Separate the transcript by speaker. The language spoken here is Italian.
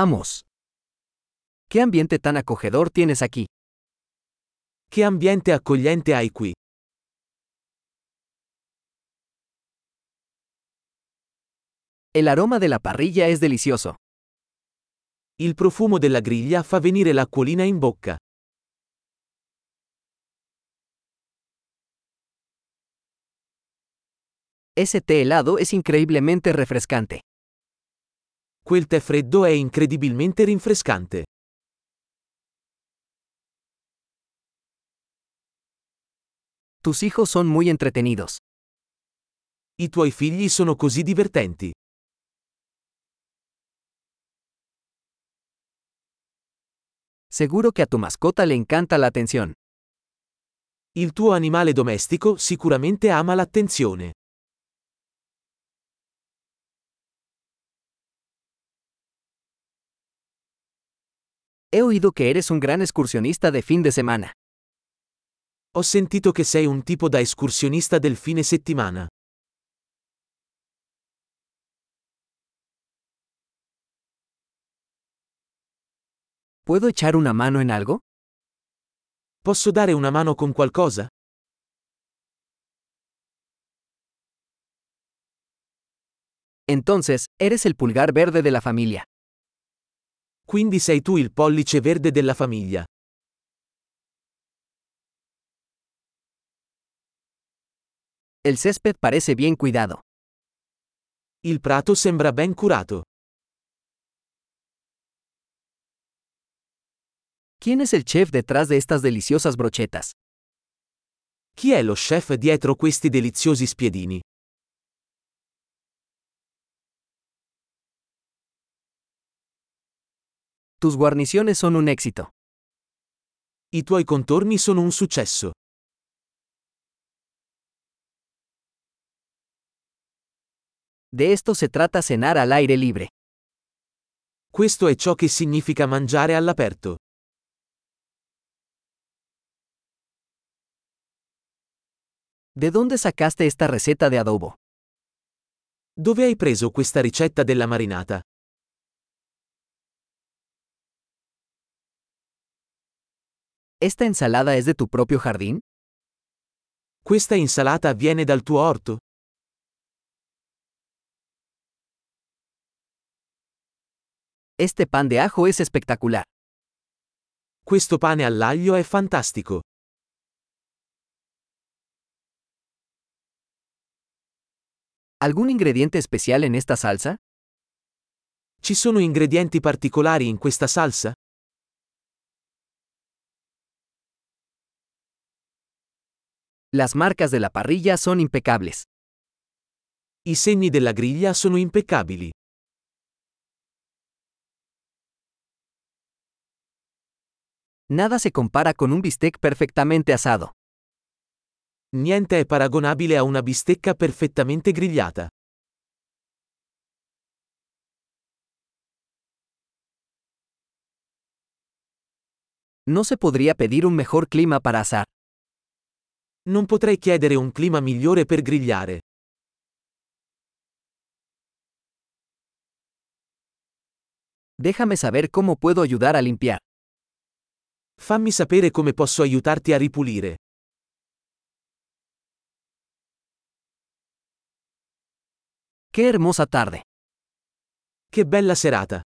Speaker 1: Vamos. ¿Qué ambiente tan acogedor tienes aquí?
Speaker 2: Che ambiente accogliente hai qui?
Speaker 1: El aroma de la parrilla es delicioso.
Speaker 2: Il profumo della griglia fa venire l'acquolina in bocca.
Speaker 1: Ese té helado es increíblemente refrescante.
Speaker 2: Quel tè freddo è incredibilmente rinfrescante.
Speaker 1: Tus hijos son muy entretenidos.
Speaker 2: I tuoi figli sono così divertenti.
Speaker 1: Seguro que a tu mascota le encanta la atención.
Speaker 2: Il tuo animale domestico sicuramente ama l'attenzione.
Speaker 1: He oído que eres un gran excursionista de fin de semana.
Speaker 2: Ho sentito che sei un tipo da escursionista del fine settimana.
Speaker 1: ¿Puedo echar una mano en algo?
Speaker 2: Posso dare una mano con qualcosa?
Speaker 1: Entonces, eres el pulgar verde de la familia.
Speaker 2: Quindi sei tu il pollice verde della famiglia.
Speaker 1: El césped parece bien cuidado.
Speaker 2: Il prato sembra ben curato.
Speaker 1: ¿Quién es el chef detrás de estas deliciosas brochetas?
Speaker 2: Chi è lo chef dietro questi deliziosi spiedini?
Speaker 1: Tus guarniciones son un éxito.
Speaker 2: I tuoi contorni sono un successo.
Speaker 1: De esto se trata cenar al aire libre.
Speaker 2: Questo è ciò che significa mangiare all'aperto.
Speaker 1: ¿De dónde sacaste esta receta de adobo?
Speaker 2: Dove hai preso questa ricetta della marinata?
Speaker 1: ¿Esta ensalada es de tu propio jardín?
Speaker 2: Questa insalata viene dal tuo orto?
Speaker 1: Este pan de ajo es espectacular.
Speaker 2: Questo pane all'aglio è fantastico.
Speaker 1: ¿Algún ingrediente especial en esta salsa?
Speaker 2: Ci sono ingredienti particolari in questa salsa?
Speaker 1: Las marcas de la parrilla son impecables.
Speaker 2: I segni della griglia sono impeccabili.
Speaker 1: Nada se compara con un bistec perfectamente asado.
Speaker 2: Niente è paragonabile a una bistecca perfettamente grigliata.
Speaker 1: No se podría pedir un mejor clima para asar.
Speaker 2: Non potrei chiedere un clima migliore per grigliare.
Speaker 1: Déjame saber cómo puedo ayudar a limpiar.
Speaker 2: Fammi sapere come posso aiutarti a ripulire.
Speaker 1: ¡Qué hermosa tarde!
Speaker 2: Che bella serata!